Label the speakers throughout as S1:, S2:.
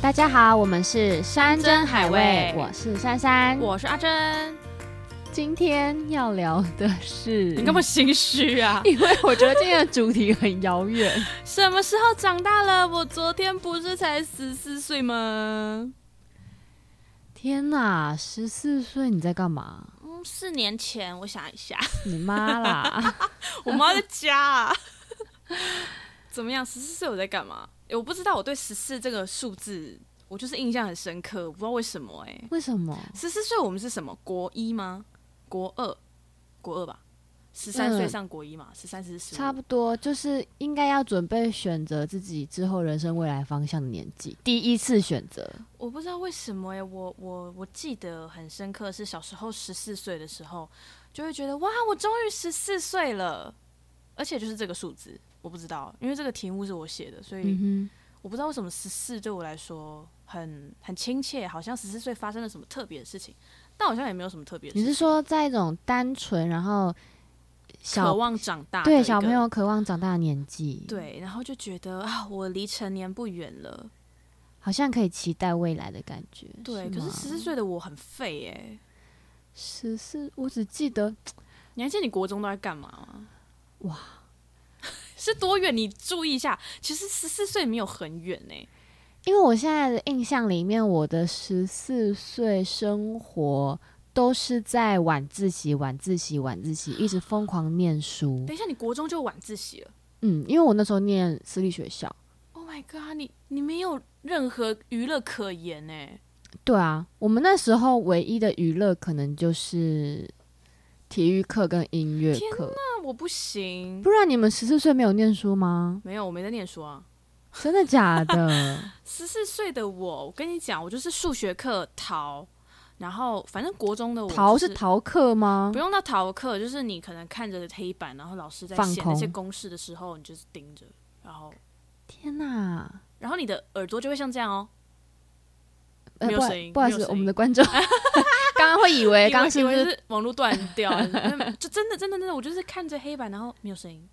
S1: 大家好，我们是山珍海味，
S2: 山珍海味
S1: 我是珊珊。
S2: 我是阿珍。
S1: 今天要聊的是，
S2: 你干嘛？心虚啊
S1: ？因为我觉得今天的主题很遥远。
S2: 什么时候长大了？我昨天不是才十四岁吗？
S1: 天哪，十四岁你在干嘛？
S2: 嗯，四年前，我想一 下，
S1: 你妈 啦！
S2: 我妈在家、啊。怎么样？十四岁我在干嘛？欸诶我不知道，我对十四这个数字，我就是印象很深刻，我不知道为什么、诶
S1: 为什么？
S2: 十四岁我们是什么？国一吗？国二？国二吧。十三岁
S1: 嗯
S2: 上国一嘛，十三十四
S1: 差不多就是应该要准备选择自己之后人生未来方向的年纪，第一次选择。
S2: 我不知道为什么哎、我我我记得很深刻，是小时候十四岁的时候，就会觉得哇，我终于十四岁了，而且就是这个数字，我不知道，因为这个题目是我写的，所以
S1: 嗯
S2: 我不知道为什么十四对我来说很很亲切，好像十四岁发生了什么特别的事情，但好像也没有什么特别
S1: 哼，
S2: 的事
S1: 你
S2: 情。
S1: 是说在一种单纯，然后
S2: 渴
S1: 小
S2: 望长大的一
S1: 对
S2: 个
S1: 小朋友渴望长大的年纪，，
S2: 对，然后就觉得啊，我离成年不远了，
S1: 好像可以期待未来的感觉。
S2: 对，可
S1: 吗
S2: 是十四岁的我很废哎、
S1: 十四，我只记得
S2: 你还记得你国中都在干嘛吗？
S1: 哇，
S2: 是多远？你注意一下，其实十四岁没有很远呢、
S1: 因为我现在的印象里面，我的十四岁生活都是在晚自习、晚自习、晚自习，一直疯狂念书。
S2: 等一下，你国中就晚自习了。
S1: 嗯，因为我那时候念私立学校，
S2: Oh my god！你你没有任何娱乐可言呢、
S1: 对啊，我们那时候唯一的娱乐可能就是体育课跟音乐
S2: 天
S1: 课，
S2: 那我不行
S1: 不，然你们十四岁没有念书吗？
S2: 没有，我没在念书啊。
S1: 真的假的？
S2: 十四岁的我，我跟你讲，我就是数学课逃，然后反正国中的我、
S1: 逃
S2: 是
S1: 是逃课吗
S2: 不？用到逃课，就是你可能看着黑板，然后老师在
S1: 放
S2: 写那些
S1: 空
S2: 公式的时候，你就是盯着，然后
S1: 天哪！
S2: 然后你的耳朵就会像这样哦，
S1: 呃
S2: 没有
S1: 不好
S2: 声音
S1: 不好意
S2: 没有
S1: 思，
S2: 声
S1: 我
S2: 音
S1: 们的观 众刚刚会以为
S2: 以
S1: 哎刚
S2: 为
S1: 刚是
S2: 以
S1: 不
S2: 为
S1: 是
S2: 是网络断掉？ 就真的真的真的，我就是看着黑板，然后没有声音，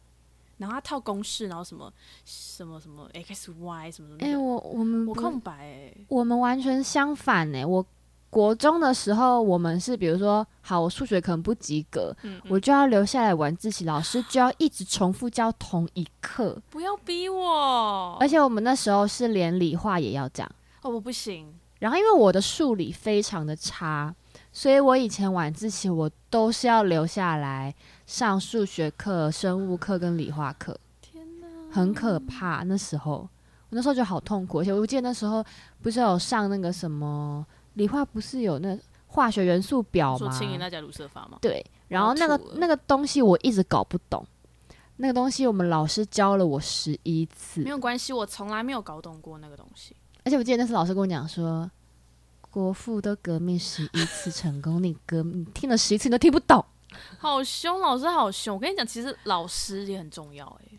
S2: 然后他套公式，然后什么什么什么 x y 什么什么
S1: 哎、
S2: 那个，
S1: 我我们
S2: 嗯我
S1: 不
S2: 空白哎、
S1: 我们完全相反哎、我国中的时候，我们是比如说，好，我数学可能不及格，
S2: 嗯，
S1: 我就要留下来晚自习，老师就要一直重复教同一课，
S2: 不要逼我哦
S1: 而，且我们那时候是连理化也要讲。
S2: 我不行，
S1: 然后因为我的数理非常的差，所以我以前晚自习我都是要留下来上数学课、生物课跟理化课。
S2: 天哪，
S1: 很可怕。那时候，我那时候就好痛苦，而且我记得那时候不是有上那个什么理化，不是有那化学元素表
S2: 说
S1: 吗？
S2: 青年大家卢瑟法吗？
S1: 对，然
S2: 我
S1: 后那个
S2: 吐了
S1: 那个东西我一直搞不懂，那个东西我们老师教了我十一次
S2: 没，有关系，我从来没有搞懂过那个东西。
S1: 而且我记得那次老师跟我讲说。国父都革命十一次成功，你革你听了十一次你都听不懂。
S2: 好凶，老师好凶！我跟你讲，其实老师也很重要哎、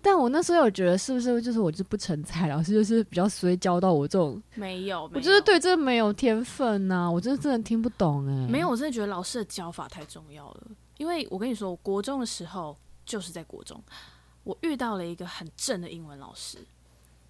S1: 但我那时候有觉得是不是就是我就是不成才，老师就是比较衰教到我这种
S2: 没有，
S1: 我
S2: 没
S1: 就是
S2: 有
S1: 对这没有天分呐、我就是真的听不懂哎、
S2: 没有，我真的觉得老师的教法太重要了。因为我跟你说，我国中的时候就是在国中，我遇到了一个很正的英文老师，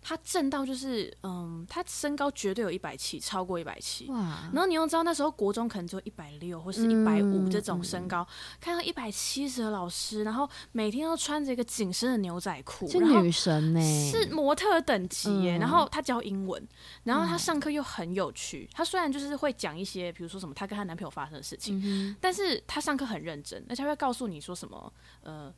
S2: 他正到就是，嗯，他身高绝对有一百七，超过一百七。
S1: 哇，
S2: 然后你又知道那时候国中可能只有一百六或是一百
S1: 嗯
S2: 五这种身高，看到一百七十的老师，然后每天都穿着一个紧身的牛仔裤，
S1: 是
S2: 然后
S1: 女欸神呢、
S2: 是模特等级
S1: 嗯
S2: 耶。然后她教英文，然后她上课又很有趣。她虽然就是会讲一些，比如说什么她跟她男朋友发生的事情，
S1: 嗯
S2: 但是她上课很认真，而且她会告诉你说什么，呃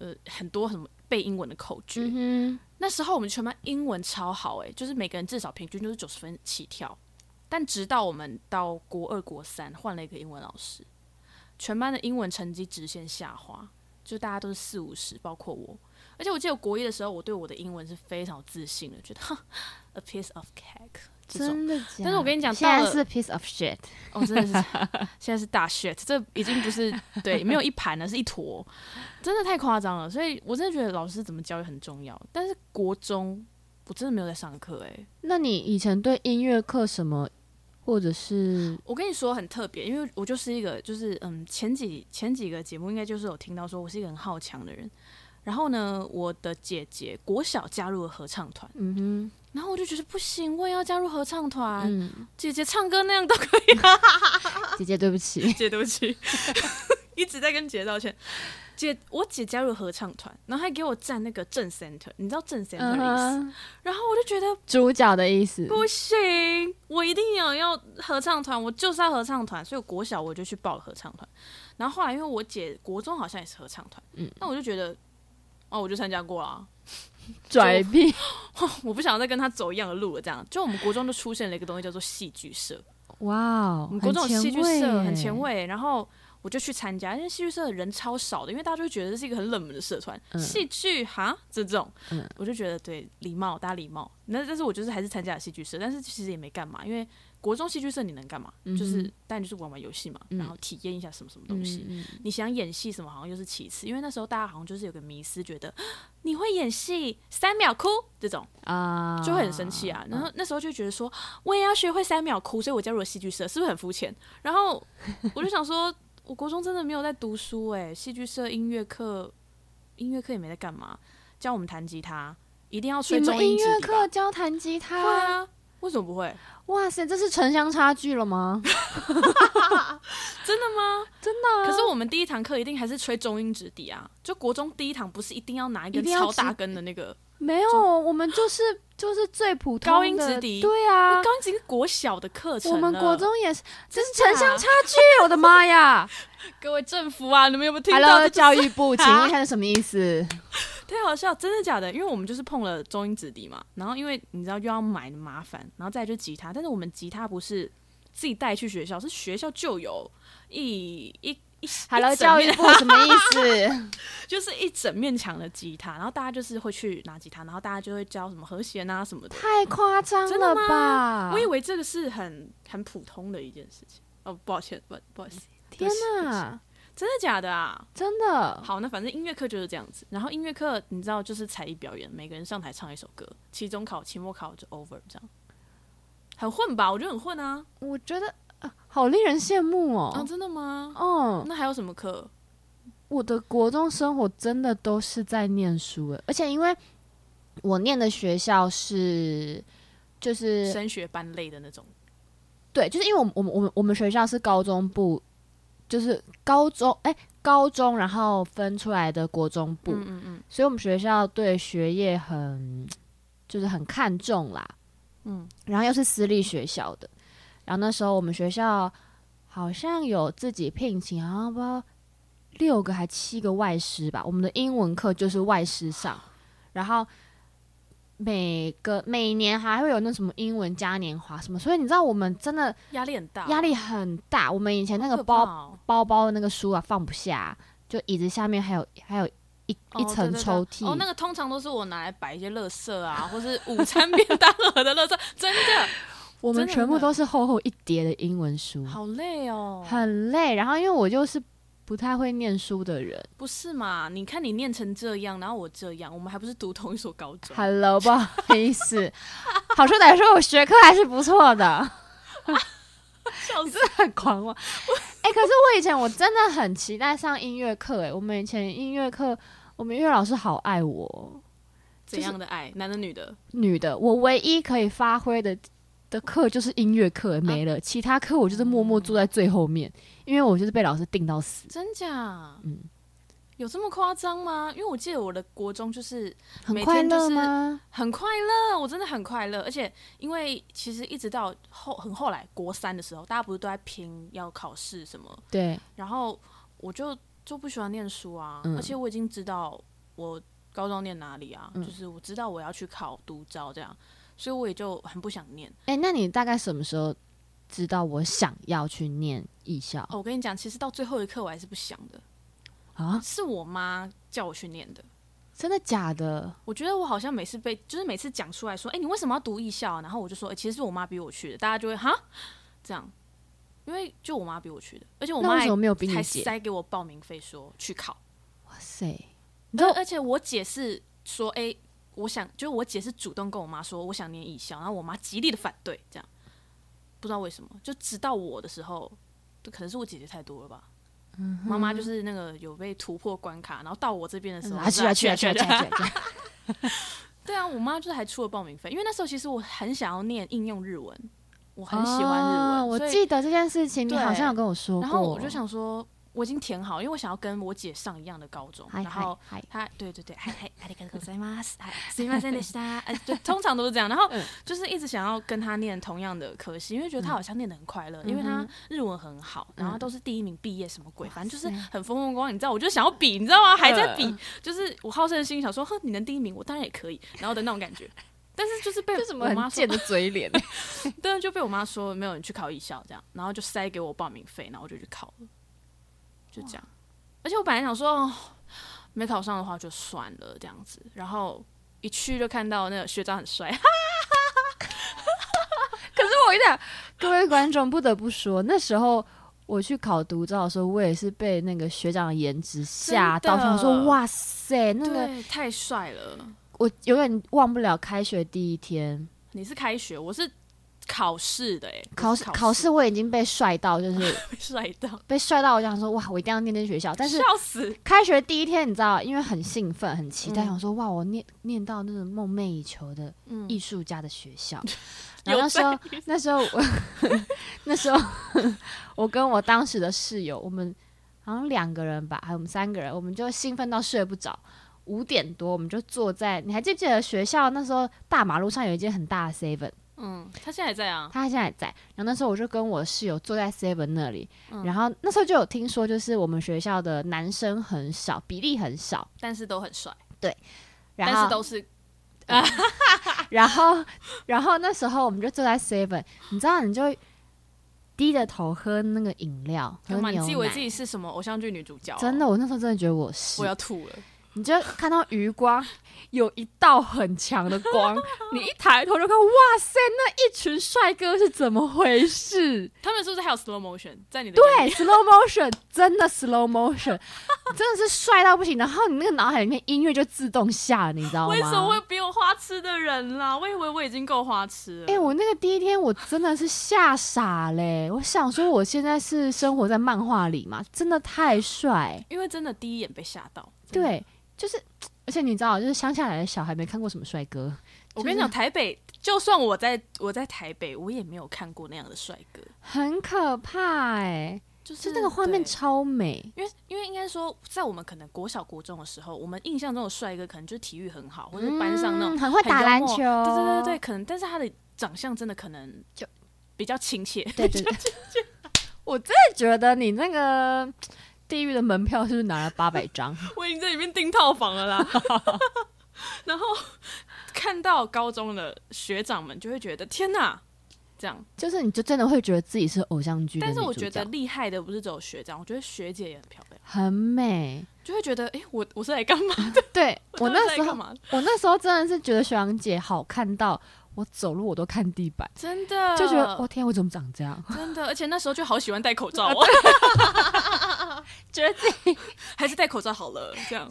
S2: 呃，很多什么背英文的口诀。
S1: 哼，嗯
S2: 那时候我们全班英文超好、诶，就是每个人至少平均就是九十分起跳。但直到我们到国二、国三换了一个英文老师，全班的英文成绩直线下滑，就大家都是四五十，包括我。而且我记得国一的时候，我对我的英文是非常有自信的，觉得 哈 a piece of cake
S1: 哼，
S2: 这种。
S1: 真的假的？
S2: 但是我跟你讲
S1: 现在
S2: 到了
S1: 是 piece of shit，
S2: 哦，真的是现在是大 shit，这已经不是对，没有一盘了，是一坨，真的太夸张了。所以我真的觉得老师怎么教也很重要。但是国中我真的没有在上课欸诶、
S1: 那你以前对音乐课什么，或者是
S2: 我跟你说很特别，因为我就是一个就是嗯前几前几个节目应该就是有听到说我是一个很好强的人。然后呢，我的姐姐国小加入了合唱团，
S1: 嗯哼，
S2: 然后我就觉得不行，我也要加入合唱团。
S1: 嗯，
S2: 姐姐唱歌那样都可以、啊。
S1: 姐姐对不起，
S2: 姐，对不起， 一直在跟姐道歉。姐，我姐加入合唱团，然后还给我站那个正 center，你知道正 center 的意思。
S1: 嗯哼，
S2: 然后我就觉得
S1: 主角的意思，
S2: 不行，我一定要要合唱团，我就是要合唱团。所以我国小我就去报了合唱团，然后后来因为我姐国中好像也是合唱团，
S1: 嗯
S2: 那我就觉得，哦，我就参加过啦、
S1: 拽屁，
S2: 我不想再跟她走一样的路了。这样，就我们国中就出现了一个东西叫做戏剧社，
S1: 哇哦
S2: 我，嗯们国
S1: 很
S2: 中有
S1: 前
S2: 戏剧
S1: 卫欸
S2: 社
S1: 耶
S2: 很前，卫，然后我就去参加，因为戏剧社的人超少的，因为大家就会觉得这是一个很冷门的社团，
S1: 嗯
S2: 戏剧哈这种，
S1: 嗯
S2: 我就觉得对礼貌，大家礼貌。那但是我就是还是参加了戏剧社，但是其实也没干嘛，因为国中戏剧社你能干嘛？就是
S1: 嗯哼
S2: 当然就是玩玩游戏嘛，
S1: 嗯
S2: 然后体验一下什么什么东西。
S1: 嗯，
S2: 你想演戏什么，好像又是其次，因为那时候大家好像就是有个迷思，觉得 啊你会演戏，三秒哭这种，
S1: 嗯啊，
S2: 就会很生气啊。然后那时候就觉得说，我也要学会三秒哭，所以我加入了戏剧社，是不是很肤浅？然后我就想说，我国中真的没有在读书哎、戏剧社、音乐课，音乐课也没在干嘛，教我们弹吉他，一定要吹
S1: 你
S2: 中
S1: 们音
S2: 指
S1: 乐
S2: 笛
S1: 课
S2: 吧
S1: 教弹吉他，
S2: 会啊？为什么不会？
S1: 哇塞，这是城乡差距了 吗？
S2: 真的吗？
S1: 真的啊，
S2: 可是我们第一堂课一定还是吹中音指笛啊！就国中第一堂不是一定要拿一根
S1: 一定要
S2: 超大
S1: 指
S2: 根的那个
S1: 没有，我们就是就是最普通的
S2: 高音直笛
S1: 对啊
S2: 那，钢琴是国小的课程
S1: 我
S2: 了，
S1: 们国中也是，这是
S2: 真
S1: 城
S2: 的
S1: 乡
S2: 啊
S1: 差 距，我的妈呀
S2: 各位政府啊，你们有没有听到啊
S1: ！Hello，
S2: 这
S1: 教育 部，请问一下是什么意思？
S2: 太好笑，啊真的假的？因为我们就是碰了中音子弟嘛，然后因为你知道又要买麻烦，然后再来就是吉他，但是我们吉他不是自己带去学校，是学校就有一一一
S1: Hello，
S2: 一整
S1: 教育
S2: 面
S1: 部什么意思？
S2: 就是一整面墙的吉他，然后大家就是会去拿吉他，然后大家就会教什么和弦啊什么的。
S1: 太夸张
S2: 真
S1: 了
S2: 的吗
S1: 吧！
S2: 我以为这个是很很普通的一件事情哦，抱歉，不不好意思，
S1: 天
S2: 哪，
S1: 哪，
S2: 真的假的啊？
S1: 真的
S2: 好，那反正音乐课就是这样子。然后音乐课你知道就是才艺表演，每个人上台唱一首歌，期中考、期末考就 over 这样，很混吧？我觉得很混啊。
S1: 我觉得啊好令人羡慕
S2: 啊，
S1: 哦。
S2: 真的吗？
S1: 哦，
S2: 那还有什么课？
S1: 我的国中生活真的都是在念书诶，而且因为我念的学校是就是
S2: 升学班类的那种，
S1: 对，就是因为我们我们我们我们学校是高中部，就是高中哎、高中然后分出来的国中部，
S2: 嗯嗯嗯，
S1: 所以我们学校对学业很就是很看重啦。
S2: 嗯，
S1: 然后又是私立学校的，然后那时候我们学校好像有自己聘请，好像不知道六个还七个外师吧。我们的英文课就是外师上，然后每个每年还会有那什么英文嘉年华什么，所以你知道我们真的
S2: 压力很大，
S1: 压力很大。我们以前那
S2: 好
S1: 个
S2: 可
S1: 包
S2: 怕哦
S1: 包包的那个书啊放不下，就椅子下面还有还有一、
S2: 哦
S1: 一层
S2: 对对对
S1: 抽屉。
S2: 哦，那个通常都是我拿来摆一些垃圾啊，或是午餐便当盒的垃圾，真的
S1: 我们
S2: 真的
S1: 全部
S2: 真的
S1: 都是厚厚一叠的英文书，
S2: 好累哦。
S1: 嗯很累。然后因为我就是不太会念书的人
S2: 不是嘛？你看你念成这样，然后我这样，我们还不是读同一所高中？
S1: ，Hello，不好意思， 好说歹说，我学科还是不错的，
S2: 笑死！
S1: 很狂妄。哎、可是我以前我真的很期待上音乐课，哎，我们以前音乐课，我们音乐老师好爱我哦，
S2: 怎样的爱？男的女的？
S1: 女的，我唯一可以发挥的的课就是音乐课没了，其他课我就是默默坐在最后面，因为我就是被老师定到死，
S2: 真假？
S1: 嗯
S2: 有这么夸张吗？因为我记得我的国中就是
S1: 很
S2: 每
S1: 快
S2: 天就
S1: 乐
S2: 是
S1: 吗？
S2: 很快乐，我真的很快乐，而且因为其实一直到后很后来国三的时候，大家不是都在拼要考试什么，
S1: 对，
S2: 然后我就就不喜欢念书啊，
S1: 嗯
S2: 而且我已经知道我高中念哪里啊，
S1: 嗯
S2: 就是我知道我要去考独招这样，所以我也就很不想念。
S1: 哎、那你大概什么时候知道我想要去念艺校
S2: 哦，我跟你讲，其实到最后一刻我还是不想的，
S1: 啊？
S2: 是我妈叫我去念的。
S1: 真的假的？
S2: 我觉得我好像每次被，就是每次讲出来说，哎、你为什么要读艺校啊、然后我就说，哎、其实是我妈逼我去的，大家就会哈这样，因为就我妈逼我去的，而且我
S1: 那
S2: 妈
S1: 为什
S2: 还
S1: 么没有比你
S2: 还
S1: 姐？
S2: 塞给我报名费，说去考。
S1: 哇塞，你知
S2: 而
S1: 道
S2: 而且我姐是说，哎、我想，就是我姐是主动跟我妈说我想念艺校，然后我妈极力的反对，这样不知道为什么，就直到我的时候，就可能是我姐姐太多了吧。
S1: 嗯
S2: 妈妈就是
S1: 嗯啊
S2: 那个有被突破关卡，然后到我这边的时候，啊
S1: 啊去啊去啊去啊去啊去啊！去啊
S2: 对啊，我妈就是还出了报名费，因为那时候其实我很想要念应用日文，我很喜欢日文，
S1: 哦我
S2: 所以
S1: 记得这件事情，你
S2: 对
S1: 好像有跟我说过。
S2: 然后我就，想说，我已经填好，因为我想要跟我姐上一样的高中，
S1: 嗨
S2: 然后
S1: 嗨嗨，
S2: 他啊对对对，嗨 嗨，ありがとうございます，嗨，すみませんでした，呃，对，通常都是这样。然后
S1: 嗯
S2: 就是一直想要跟他念同样的科系，因为觉得他好像念得很快
S1: 嗯
S2: 乐，因为他日文很好，然后都是第一名毕业什么鬼，反正就是很风风光。你知道，我就想要比，你知道
S1: 嗯
S2: 吗？还在比，就是我好胜心想说，哼，你能第一名，我当然也可以，然后的那种感觉。但是就是被
S1: 这什么
S2: 我妈
S1: 很
S2: 说
S1: 贱，的嘴脸？
S2: 对，就被我妈说没有人去考艺校这样，然后就塞给我报名费，然后我就去考了，就这样。而且我本来想说，哦，没考上的话就算了这样子，然后一去就看到那个学长 很帅，
S1: 可是我跟你讲，各位观众不得不说，那时候我去考独照的时候，我也是被那个学长的颜值吓到，
S2: 真的
S1: 想说哇塞，那个
S2: 对，太帅了。
S1: 我永远忘不了开学第一天
S2: 你是开学，我是考试的哎、欸，
S1: 考
S2: 我
S1: 试，
S2: 是
S1: 考
S2: 考
S1: 试我已经被帅到，就是
S2: 被帅到，
S1: 被帅到，我想说哇，我一定要念这学校。 但是
S2: 笑死，
S1: 开学第一天，你知道，因为很兴奋、很期待，
S2: 嗯
S1: 想说哇，我念念到那种梦寐以求的
S2: 嗯
S1: 艺术家的学 校。然
S2: 有
S1: 后那时候， 那时候我，那时候我跟我当时的室友，我们好像两个人吧，还有我们三个人，我们就兴奋到睡不着。五点多，我们就坐在，你还记不记得学校那时候大马路上有一间很大的 seven，
S2: 嗯，他现在还在啊，
S1: 他现在还在。然后那时候我就跟我室友坐在 seven 那里，
S2: 嗯
S1: 然后那时候就有听说，就是我们学校的男生很少，比例很少，
S2: 但是都很帅，
S1: 然
S2: 但
S1: 后
S2: 是都是
S1: 然后，然后那时候我们就坐在 Seven，你知道，你就低着头喝那个饮料，喝
S2: 干嘛？你
S1: 牛
S2: 自以为自
S1: 奶。
S2: 己是什么偶像剧女主角哦、
S1: 真的，我那时候真的觉得我是
S2: 我，要吐了。
S1: 你就看到余光有一道很强的 光，你一抬头就看，哇塞，那一群帅哥是怎么回 事？
S2: 他们是不是还有 slow motion 在你的
S1: 对
S2: 眼里
S1: ，slow motion，真的 slow motion，真的是帅到不行。然后你那个脑海里面音乐就自动下了，你知道吗？
S2: 为什么会比我花痴的人啦？我以为我已经够花痴了。
S1: 哎、我那个第一天我真的是吓傻嘞！我想说我现在是生活在漫画里嘛，真的太帅。
S2: 因为真的第一眼被吓到。真的，
S1: 对，就是，而且你知道，就是乡下来的小孩没看过什么帅哥，
S2: 我跟你讲，台北就算我在我在台北，我也没有看过那样的帅哥，
S1: 很可怕哎、
S2: 就是
S1: 就那个画面
S2: 对
S1: 超美。
S2: 因为因为应该说，在我们可能国小国中的时候，我们印象中的帅哥可能就是体育很好，或者班上那种
S1: 嗯很会打
S2: 幽
S1: 篮
S2: 默
S1: 球
S2: 对对对对，可能但是他的长相真的可能
S1: 嗯哦就
S2: 比较亲切。
S1: 对对对， 我真的觉得你那个地狱的门票是不是拿了八百张？
S2: 我已经在里面订套房了 啦。然后看到高中的学长们，就会觉得天哪，这样。
S1: 就是你就真的会觉得自己是偶像剧的
S2: 但
S1: 女主
S2: 是
S1: 角，
S2: 我觉得厉害的不是只有学长，我觉得学姐也很漂亮，
S1: 很美。
S2: 就会觉得哎、诶我我是来干嘛？
S1: 对我
S2: 到底是
S1: 那时
S2: 来
S1: 候
S2: 干，嘛？
S1: 我那时候真的是觉得学长姐好看到我走路我都看地板，
S2: 真的
S1: 就觉得我、天，我怎么长这样？
S2: 真的，而且那时候就好喜欢戴口罩哦，啊
S1: 觉得自己
S2: 还是戴口罩好了，这 样。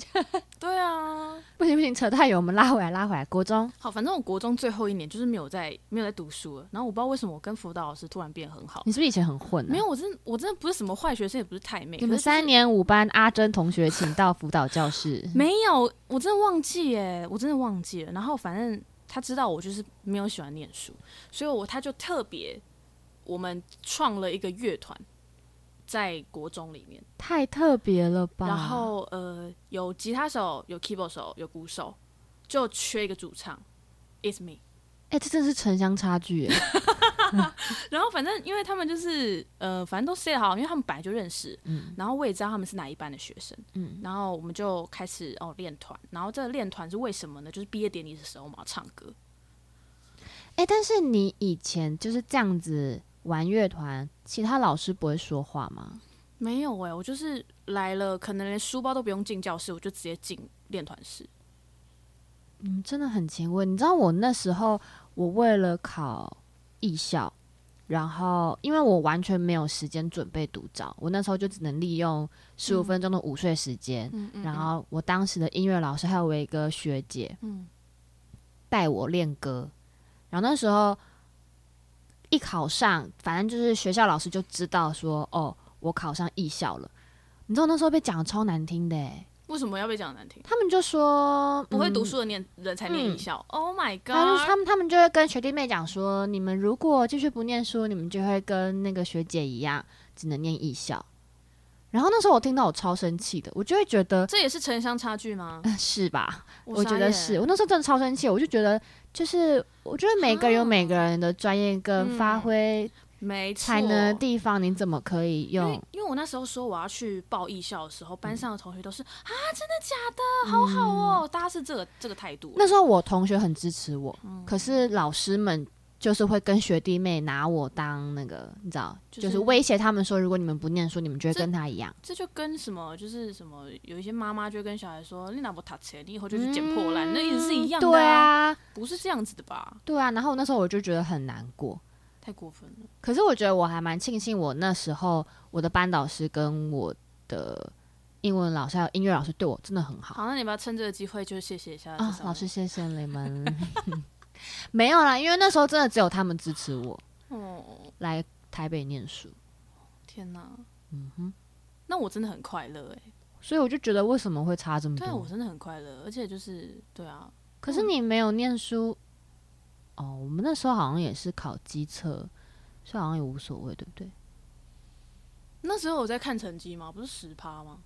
S2: 对啊，
S1: 不行不行，扯太远，我们拉回来拉回来。国中
S2: 好，反正我国中最后一年就是没有在没有在读书了，然后我不知道为什么我跟辅导老师突然变很好。
S1: 你是不是以前很混、啊？
S2: 没有，，我真的我真的不是什么坏学生，也不是太妹。
S1: 你
S2: 可
S1: 们
S2: 是就是，
S1: 三年五班阿珍同学请到辅导教室
S2: 没有，我真的忘记耶，我真的忘记了。然后反正他知道我就是没有喜欢念书，所以我他就特别，我们创了一个乐团，在国中里面，
S1: 太特别了吧？
S2: 然后呃有吉他手，有 keyboard 手，有鼓手，就缺一个主唱，It's me。
S1: 哎、这真的是城乡差距 耶。
S2: 然后反正因为他们就是呃，反正都 say 好，因为他们本来就认识，
S1: 嗯
S2: 然后我也知道他们是哪一班的学生，
S1: 嗯
S2: 然后我们就开始哦练团，然后这个练团是为什么呢？就是毕业典礼的时候我们要唱歌，
S1: 哎、但是你以前就是这样子玩乐团，其他老师不会说话吗？
S2: 没有哎、我就是来了，可能连书包都不用进教室，我就直接进练团室。
S1: 嗯，真的很前卫。你知道我那时候，我为了考艺校，然后因为我完全没有时间准备独照，我那时候就只能利用十五分钟的午睡时间。
S2: 嗯
S1: 然后我当时的音乐老师还有我一个学姐
S2: 嗯
S1: 带我练歌，然后那时候一考上，反正就是学校老师就知道说，哦，我考上艺校了。你知道那时候被讲得超难听的、欸，
S2: 为什么要被讲得难听？
S1: 他们就说
S2: 不会读
S1: 嗯
S2: 书的念人才念一校、o h my
S1: 他就是
S2: god！
S1: 他们，他们就会跟学弟妹讲说，你们如果继续不念书，你们就会跟那个学姐一样，只能念艺校。然后那时候我听到我超生气的，我就会觉得、
S2: 这也是城乡差距吗？
S1: 呃、是吧？我
S2: 傻
S1: 觉得
S2: 眼
S1: 是我那时候真的超生气，我就觉得就是我觉得每个人有每个人的专业跟
S2: 嗯
S1: 发挥
S2: 没错
S1: 才能的地方，你怎么可以
S2: 因
S1: 用
S2: 为？因为我那时候说我要去报艺校的时候，班上的同学都是、啊，真的假的？好好哦，大家是这个这个态度。
S1: 那时候我同学很支持我，
S2: 嗯
S1: 可是老师们就是会跟学弟妹拿我当那个，你知道，
S2: 就
S1: 就是
S2: 是
S1: 威胁他们说，如果你们不念书，你们就会
S2: 这
S1: 跟他一样。
S2: 这就跟什么就是什么，有一些妈妈就会跟小孩说：“你哪不打钱，你以后就去捡破烂。那也是一样的、
S1: 对，啊，
S2: 不是这样子的吧？
S1: 对啊。然后那时候我就觉得很难过，
S2: 太过分了。
S1: 可是我觉得我还蛮庆幸，我那时候我的班导师跟我的英文老师还有音乐老师对我真的很好
S2: 好，那你要不要趁这个机会就谢谢一下这
S1: 啊。
S2: 三
S1: 老
S2: 位
S1: 师，谢谢你们。 没有啦，因为那时候真的只有他们支持我
S2: 哦，
S1: 来台北念书，
S2: 天哪，嗯哼，那我真的很快乐哎、
S1: 所以我就觉得为什么会差这么
S2: 对啊，
S1: 多
S2: 我？真的很快乐，而且就是对啊，
S1: 可是你没有念书哦，我们那时候好像也是考机测，所以好像也无所谓，对不对？
S2: 那时候我在看成绩嘛，不是十趴吗？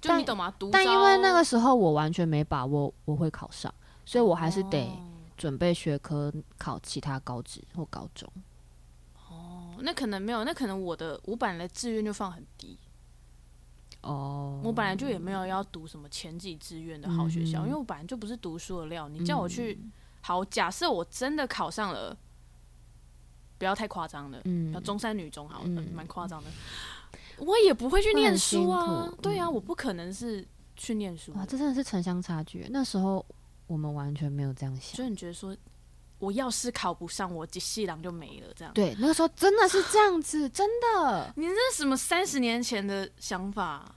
S2: 就
S1: 但
S2: 你懂吗？独
S1: 但因为那
S2: 招
S1: 个时候我完全没把握我会考上，所以我还是得
S2: 哦
S1: 准备学科考其他高职或高中。
S2: 哦，那可能没有，那可能我的我本来志愿就放很低，
S1: 哦，
S2: 我本来就也没有要读什么前几志愿的好学校，
S1: 嗯
S2: 因为我本来就不是读书的料。你叫我去，好，假设我真的考上了，不要太夸张了，
S1: 嗯
S2: 要，中山女中好了，
S1: 嗯
S2: 蛮夸张的，我也不会去
S1: 会
S2: 念
S1: 很
S2: 书
S1: 辛
S2: 啊
S1: 苦，嗯
S2: 对啊，我不可能是去念书的，
S1: 哇，这真的是城乡差距。那时候我们完全没有这样想。
S2: 所以你觉得说，我要是考不上，我一细郎就没了这样。
S1: 对，那个时候真的是这样子，真的，
S2: 你这是什么三十年前的想法啊、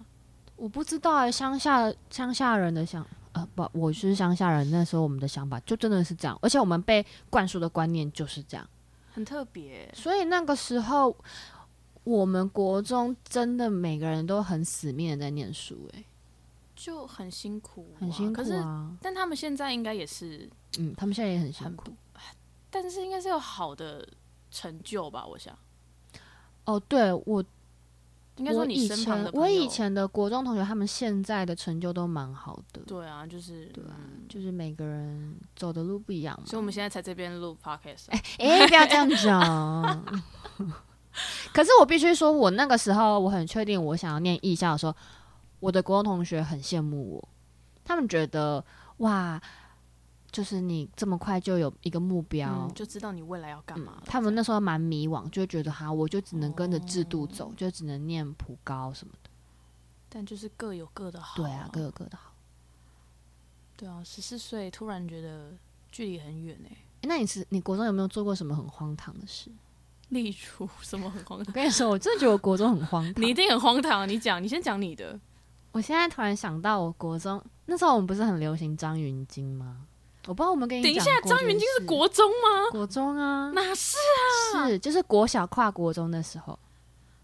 S1: 我不知道哎、乡下乡下人的想，呃，不，我是乡下人，那时候我们的想法就真的是这样，而且我们被灌输的观念就是这样。
S2: 很特别。欸
S1: 所以那个时候，我们国中真的每个人都很死命的在念书、欸，
S2: 就很辛苦、啊，
S1: 很辛苦
S2: 可是，
S1: 啊。
S2: 但他们现在应该也是，
S1: 嗯，他们现在也很辛苦。
S2: 但是应该是有好的成就吧？我想，
S1: 哦，对我，
S2: 应该说
S1: 我
S2: 你
S1: 以
S2: 身旁
S1: 前
S2: 的朋友
S1: 我以前的国中同学，他们现在的成就都蛮好的，
S2: 对啊，就是对啊、嗯
S1: 就是每个人走的路不一样嘛
S2: 所以。我们现在才这边录 podcast，、啊
S1: 哎、不要这样讲。 可是我必须说，我那个时候我很确定，我想要念艺校的时候，我的国中同学很羡慕我，他们觉得哇，就是你这么快就有一个目标，
S2: 嗯就知道你未来要干嘛了、
S1: 他们那时候蛮迷惘，就会觉得哈，我就只能跟着制度走，就只能念普高什么的。
S2: 但就是各有各的好、
S1: 对啊，各有各的好。
S2: 对啊，十四岁突然觉得距离很远哎、
S1: 诶那你是你国中有没有做过什么很荒唐的事？
S2: 例如什么很 荒
S1: 我
S2: 唐？
S1: 跟你说，我真的觉得我国中很荒唐。
S2: 你一定很荒唐，啊你讲，你先讲你的。
S1: 我现在突然想到，我国中那时候我们不是很流行张云京吗？我不知道我们跟你
S2: 等一
S1: 讲
S2: 下，
S1: 过
S2: 张
S1: 这
S2: 云
S1: 件
S2: 京是
S1: 事
S2: 国中吗？
S1: 国中啊，
S2: 哪是
S1: 是就是国小跨国中的时候。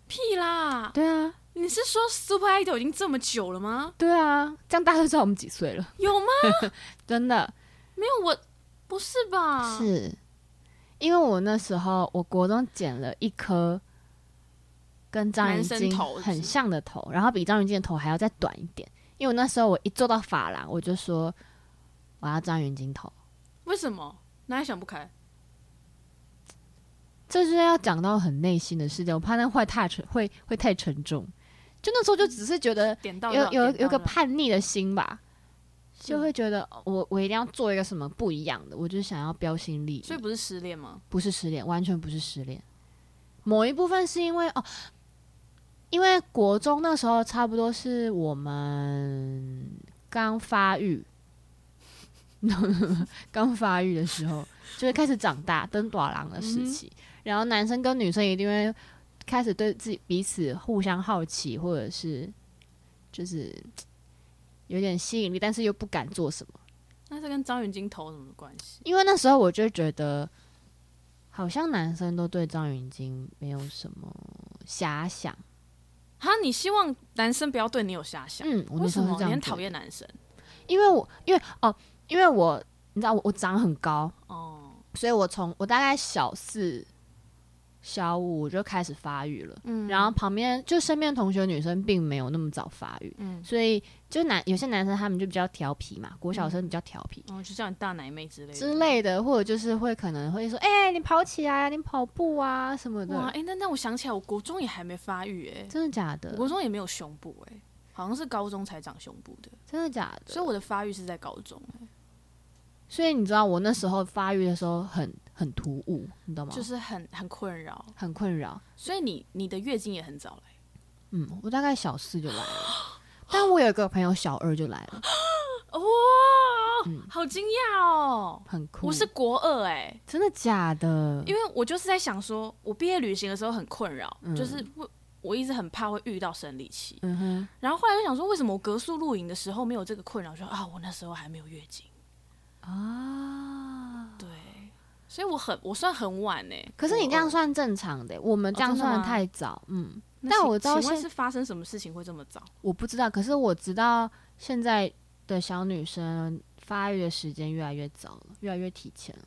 S2: 屁啦！
S1: 对啊，
S2: 你是说 Super Idol 已经这么久了吗？
S1: 对啊，这样大家都知道我们几岁了，
S2: 有吗？
S1: 真的、
S2: 没有，我不是吧？
S1: 是，因为我那时候我国中剪了一颗跟张云
S2: 男生
S1: 京
S2: 头
S1: 很
S2: 是
S1: 像的头，然后比张云京的头还要再短一点，因为我那时候我一坐到发廊，我就说我要张云京头。
S2: 为什么？哪里想不开？
S1: 这就是要讲到很内心的事情，我怕那会太沉，会会太沉重。就那时候就只是觉得
S2: 点到
S1: 有有有个
S2: 派，
S1: 叛逆的心吧，就会
S2: 是，
S1: 觉得哦我我一定要做一个什么不一样的，我就想要标新立异。
S2: 所以不是失恋吗？
S1: 不是失恋，完全不是失恋。某一部分是因为哦，因为国中那时候差不多是我们刚发育， 刚发育的时候，就是开始长大、登短郎的时期。然后男生跟女生一定会开始对自己彼此互相好奇，或者是就是有点吸引力，但是又不敢做什么。
S2: 那是跟张云京头有什么关系？
S1: 因为那时候我就觉得，好像男生都对张云京没有什么遐想，
S2: 哈，你希望男生不要对你有遐想？
S1: 嗯，我
S2: 为
S1: 那时
S2: 什
S1: 候是
S2: 么
S1: 这样
S2: 你很
S1: 觉
S2: 讨
S1: 得
S2: 厌男生？
S1: 因为我因为哦，因为我你知道我我长很高，
S2: 哦，
S1: 所以我从我大概小四、小五我就开始发育了。
S2: 嗯
S1: 然后旁边就身边的同学女生并没有那么早发育，
S2: 嗯，
S1: 所以就男有些男生他们就比较调皮嘛，国小生比较调皮。
S2: 哦，就叫你大奶妹之类的
S1: 之。类的，或者就是会可能会说，哎、你跑起来啊，你跑步啊什么
S2: 哇，
S1: 的，
S2: 哎、那那我想起来，我国中也还没发育哎、
S1: 真的假
S2: 我
S1: 的？
S2: 国中也没有胸部哎、好像是高中才长胸部的，
S1: 真的假的？
S2: 所以我的发育是在高中、哎
S1: 所以你知道我那时候发育的时候很很突兀，你懂吗？
S2: 就是很很困扰。
S1: 很困扰。
S2: 所以你你的月经也很早来，
S1: 嗯，我大概小四就来 了，但我有一个朋友小二就来了，
S2: 哇、
S1: 嗯
S2: 好惊讶哦！
S1: 很酷。
S2: 我是国二哎、
S1: 真的假的？
S2: 因为我就是在想说，我毕业旅行的时候很困扰，
S1: 嗯
S2: 就是我我一直很怕会遇到生理期，
S1: 嗯哼，
S2: 然后后来就想说，为什么我格数露营的时候没有这个困扰？就啊，我那时候还没有月经啊，对，所以我很我算很晚呢、
S1: 可是你这样
S2: 我，
S1: 算正常的、欸我们这样
S2: 哦哦真的吗
S1: 算太早。嗯，
S2: 那
S1: 但
S2: 请
S1: 我知道
S2: 请问
S1: 现
S2: 是发生什么事情会这么早？
S1: 我不知道，可是我知道现在的小女生发育的时间越来越早了，越来越提前了。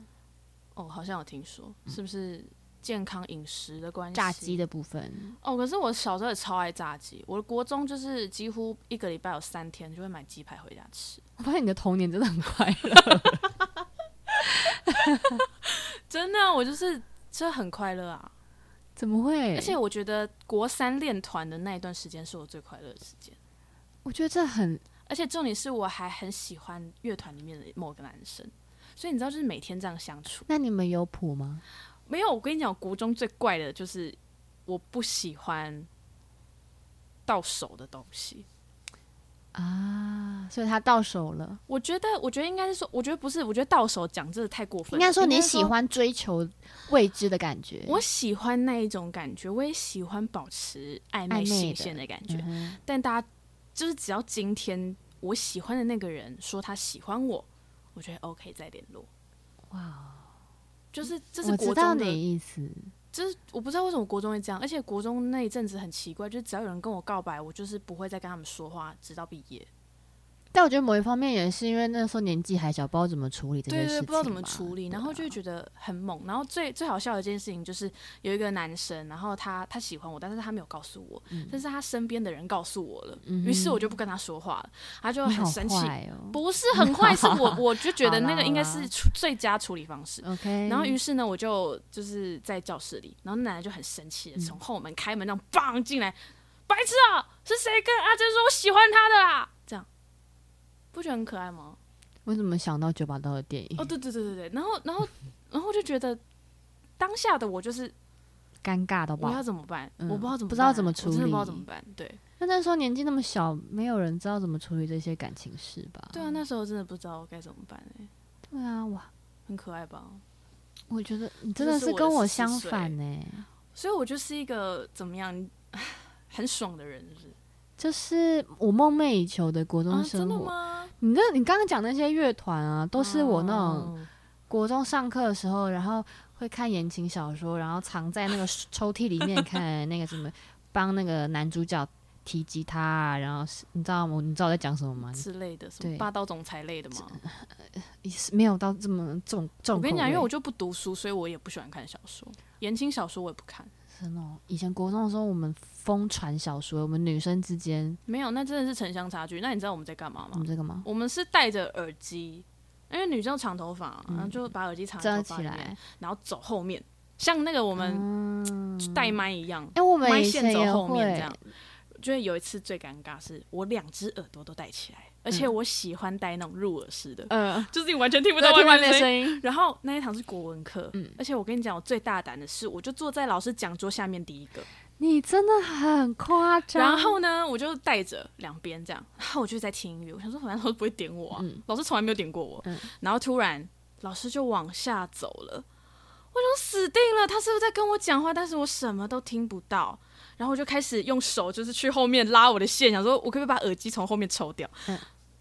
S2: 哦，好像有听说，是不是健康饮食的关系？
S1: 炸鸡的部分，
S2: 哦，可是我小时候也超爱炸鸡，我的国中就是几乎一个礼拜有三天就会买鸡排回家吃，
S1: 我发现你的童年真的很快 乐。
S2: 真的，我就是这很快乐啊！
S1: 怎么会？
S2: 而且我觉得国三练团的那一段时间是我最快乐的时间。
S1: 我觉得这很
S2: 而且重点是我还很喜欢乐团里面的某个男生，所以你知道，就是每天这样相处。
S1: 那你们有谱吗？
S2: 没有，我跟你讲，我国中最怪的就是我不喜欢到手的东西。啊
S1: 所以他到手了，
S2: 我觉得，我觉得应该是说，我觉得不是，我觉得到手讲真的太过分了。
S1: 应该说你喜，欢追求未知的感觉。
S2: 我喜欢那一种感觉，我也喜欢保持暧昧
S1: 暧昧
S2: 新
S1: 的
S2: 鲜的感觉
S1: 嗯。哼
S2: 但大家就是只要今天我喜欢的那个人说他喜欢我，我觉得 OK 再联络。
S1: 哇，
S2: 就是这是
S1: 我
S2: 国
S1: 知道
S2: 中的
S1: 你的意思。
S2: 就是我不知道为什么国中会这样，而且国中那一阵子很奇怪，就是只要有人跟我告白，我就是不会再跟他们说话，直到毕业。
S1: 但我觉得某一方面也是因为那时候年纪还小，不知道怎么处理这件
S2: 对
S1: 事
S2: 对，
S1: 情，啊
S2: 不知道怎么处理，然后就会觉得很猛。然后最最好笑的一件事情就是有一个男生，然后他他喜欢我，但是他没有告诉我，
S1: 嗯
S2: 但是他身边的人告诉我了，于是我就不跟他说话了，他就
S1: 你好
S2: 很生气。
S1: 坏哦。
S2: 不是很坏，是 我我就觉得
S1: 好啦
S2: 那个应该
S1: 好
S2: 是
S1: 啦哎
S2: 处最佳处理方式。
S1: OK，
S2: 然后于是呢，我就就是在教室里，然后奶奶就很生气
S1: 嗯
S2: 的从后门开门，那样棒进来，白痴啊，是谁跟阿珍说我喜欢他的啦？这样，不觉得很可爱吗？
S1: 我怎么想到九把刀的电影？
S2: 哦，对对对对对，然后然后然后我就觉得当下的我就是
S1: 尴尬到
S2: 我
S1: 爆
S2: 要。怎么办？
S1: 嗯
S2: 我不知道怎么办
S1: 不知道怎么处
S2: 我真的不知道
S1: 理
S2: 怎么办。对
S1: 那那时候年纪那么小，没有人知道怎么处理这些感情事吧？
S2: 对啊，那时候真的不知道该怎么办哎、
S1: 对啊，哇，
S2: 很可爱吧？
S1: 我觉得你
S2: 这
S1: 真的
S2: 就是我的
S1: 跟我
S2: 14
S1: 相
S2: 岁
S1: 反呢、欸
S2: 所以我就是一个怎么样很爽的人，是不是？
S1: 就是我梦寐以求的国
S2: 啊，
S1: 中
S2: 真
S1: 生
S2: 的
S1: 活。
S2: 吗？
S1: 你那，你刚刚讲那些乐团啊，都是我那种
S2: 哦
S1: 国中上课的时候，然后会看言情小说，然后藏在那个抽屉里面 看那个什么，帮那个男主角提吉他啊，然后是你知道吗？你知道我在讲什么吗？
S2: 哦之类的，什么
S1: 对
S2: 霸道总裁类的吗？
S1: 你没有到这么重重。
S2: 我跟你讲，因为我
S1: 我
S2: 就不读书，所以我也不喜欢看小说，言情小说我也不看。
S1: 真的哦、以前国中的时候，我们疯传小说，我们女生之间，
S2: 没有，那真的是城乡差距。那你知道我们在干嘛
S1: 我
S2: 吗
S1: 们？这个吗？
S2: 我们是戴着耳机，因为女生有长头发，然后就把耳机藏在
S1: 嗯遮
S2: 头发
S1: 起
S2: 里
S1: 来
S2: 面，。然后走后面，像那个我们带麦一样，
S1: 哎、嗯我们
S2: 麦
S1: 以
S2: 线
S1: 前
S2: 走
S1: 也
S2: 后面这
S1: 会
S2: 样，。就是有一次最尴尬是，我两只耳朵都戴起来，而且我喜欢戴那种入耳式的，
S1: 嗯，
S2: 就是你完全听不
S1: 不
S2: 到外面的声音。
S1: 声音。嗯
S2: 然后那一堂是国文课，而且我跟你讲，我最大胆的是，我就坐在老师讲桌下面第一个，
S1: 你真的很夸张。
S2: 然后呢，我就带着两边这样，然后我就在听音乐，我想说，反正老师不会点我啊，老师从来没有点过我，
S1: 嗯
S2: 然后突然老师就往下走了，我就死定了，他是不是在跟我讲话？但是我什么都听不到。然后我就开始用手，就是去后面拉我的线，想说我可不可以把耳机从后面抽掉？
S1: 嗯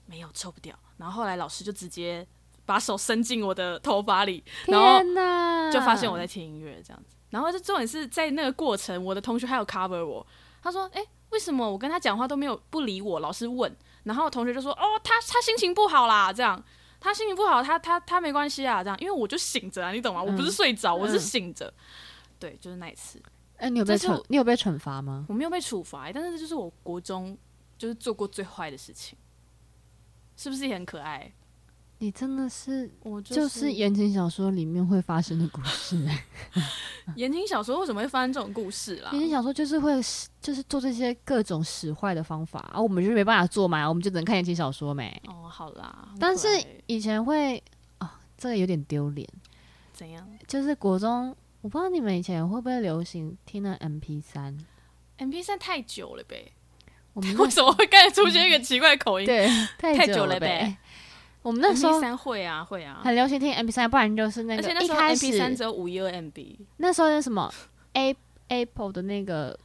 S2: 没有抽不掉。然后后来老师就直接把手伸进我的头发里，然后
S1: 天哪，嗯
S2: 就发现我在听音乐这样子。然后这重点是在那个过程，我的同学还有 cover 我，他说：“诶，为什么我跟他讲话都没有不理我？老师问。”然后同学就说：“哦，他他心情不好啦，这样他心情不好，他他他没关系啊，这样，因为我就醒着啊，你懂吗？我
S1: 嗯
S2: 不是睡着，我是醒着。对，就是那一次，
S1: 哎、你有被
S2: 这是
S1: 惩
S2: 我
S1: 你有被惩罚吗？
S2: 我没有被处罚，欸但是这就是我国中就是做过最坏的事情，是不是也很可爱？
S1: 你真的是
S2: 我
S1: 就是言情小说里面会发生的故事、 哎
S2: 言情小说为什么会发生这种故事啦？
S1: 言情小说就是会使就是做这些各种使坏的方法啊，我们就没办法做嘛，我们就只能看言情小说没。
S2: 哦，好啦，很
S1: 但
S2: 可
S1: 是
S2: 爱
S1: 以前会啊，这个有点丢脸，
S2: 怎样
S1: 就是国中，我不知道你们以前会不会流行听那 MP 三，
S2: ？M P 三太久了呗，
S1: 我们
S2: 为什么会刚才出现一个奇怪的口
S1: 嗯
S2: 音？
S1: 对
S2: 太
S1: 太
S2: 久了
S1: 了
S2: 呗。
S1: 我们那
S2: ，M
S1: 时候
S2: P 三会啊会啊，
S1: 很流行听 MP 三，不然就是那
S2: 而
S1: 个
S2: 且那
S1: 一
S2: 时候
S1: 开
S2: M P 三只
S1: 始
S2: 有五一二 M B
S1: 那时候有什么 A Apple 的那个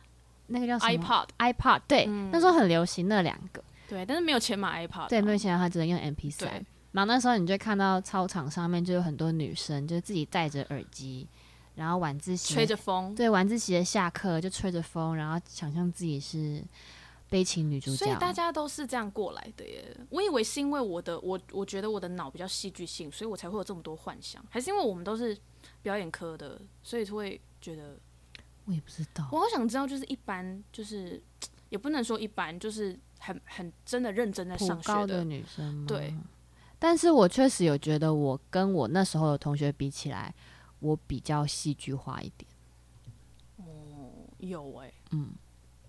S1: 那个叫什么
S2: iPod，
S1: iPod，对，
S2: 嗯
S1: 那时候很流行那两个，
S2: 对，但是没有钱买 iPod，
S1: 对，没有
S2: 有
S1: 想到他只能用 MP 三
S2: 对。
S1: 然后那时候你就看到操场上面就有很多女生，就自己戴着耳机，然后晚自习
S2: 吹着风，
S1: 对晚自习的下课就吹着风，然后想象自己是悲情女主角。
S2: 所以大家都是这样过来的耶。我以为是因为我的我我觉得我的脑比较戏剧性，所以我才会有这么多幻想，还是因为我们都是表演科的，所以会觉得
S1: 哦我也不知道，
S2: 我好想知道，就是一般就是也不能说一般，就是很很真的认真在
S1: 普
S2: 上
S1: 高
S2: 学
S1: 的
S2: 的。
S1: 女生吗？
S2: 对。
S1: 但是我确实有觉得，我跟我那时候的同学比起来，我比较戏剧化一点，
S2: 有哎、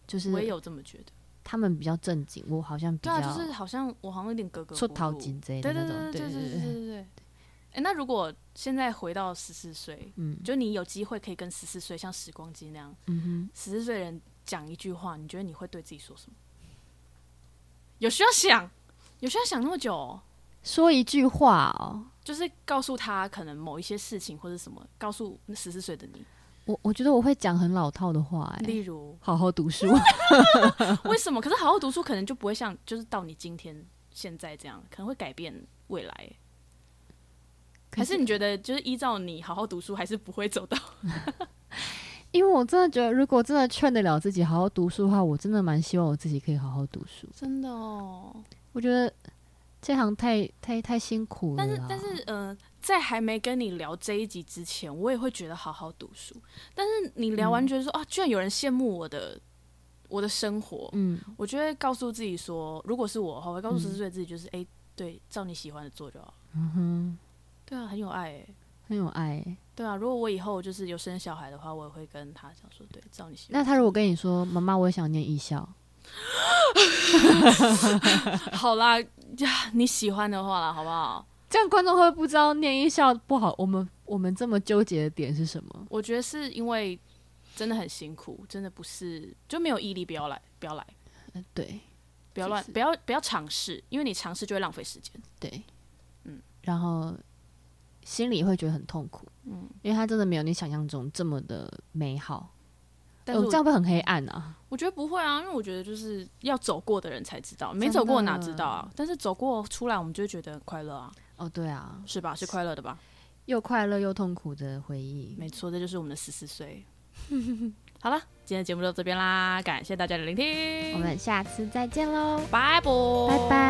S1: 就
S2: 我也
S1: 是
S2: 有这么觉得。
S1: 他们比较正经，我好像比
S2: 对啊，
S1: 较
S2: 就是好像我好像有点格格
S1: 出
S2: 不
S1: 头
S2: 入
S1: 颈之类
S2: 对
S1: 的
S2: 对
S1: 那
S2: 对
S1: 种。
S2: 对
S1: 对
S2: 对对
S1: 对，
S2: 对对。哎、那如果现在回到十四岁，
S1: 嗯
S2: 就你有机会可以跟十四岁像时光机那样，
S1: 嗯哼。
S2: 十四岁的人讲一句话，你觉得你会对自己说什么？有需要想，有需要想那么久哦、
S1: 说一句话哦，
S2: 就是告诉他可能某一些事情或者什么，告诉十四岁的你，
S1: 我我觉得我会讲很老套的话、哎，
S2: 例如
S1: 好好读 书。
S2: 为什么？可是好好读书，可能就不会像就是到你今天现在这样，可能会改变未来。还是你觉得就是依照你好好读书，还是不会走到？
S1: 因为我真的觉得，如果真的劝得了自己好好读书的话，我真的蛮希望我自己可以好好读书。
S2: 真的哦。
S1: 我觉得这行太太太辛苦了
S2: 但
S1: 啦。
S2: 是但是呃，在还没跟你聊这一集之前，我也会觉得好好读书。但是你聊完觉得说、啊，居然有人羡慕我的我的生活，
S1: 嗯，
S2: 我就会告诉自己说，如果是我的话，我会告诉十四岁的自己就是哎、对，照你喜欢的做就好了。嗯哼，对啊，很有爱、欸。
S1: 很有爱、哎
S2: 对啊，如果我以后就是有生小孩的话，我也会跟他讲说，对，照你喜
S1: 那
S2: 欢。
S1: 他如果跟你说：“妈妈，我也想念艺校。
S2: 好啦 呀，你喜欢的话啦，好不好？”
S1: 这样观众会不会不知道念艺校不好？我们我们这么纠结的点是什么？
S2: 我觉得是因为真的很辛苦，真的不是就没有毅力，不要来，不要来，
S1: 呃对
S2: 不要乱，
S1: 就是
S2: 不要不要尝试，因为你尝试就会浪费时间。
S1: 对，
S2: 嗯，
S1: 然后心里会觉得很痛苦，嗯，因为他真的没有你想象中这么的美好。
S2: 但是
S1: 哦
S2: 我,、
S1: 这样会很黑暗啊！
S2: 我觉得不会啊，因为我觉得就是要走过的人才知道，没
S1: 真的
S2: 走过哪知道啊？但是走过出来，我们就会觉得很快乐啊，
S1: 哦，对啊，
S2: 是吧？是快乐的吧？
S1: 又快乐又痛苦的回忆。
S2: 没错，这就是我们的十四岁。 好了，今天的节目就到这边啦，感谢大家的聆听，
S1: 我们下次再见喽，
S2: 拜拜，
S1: 拜拜。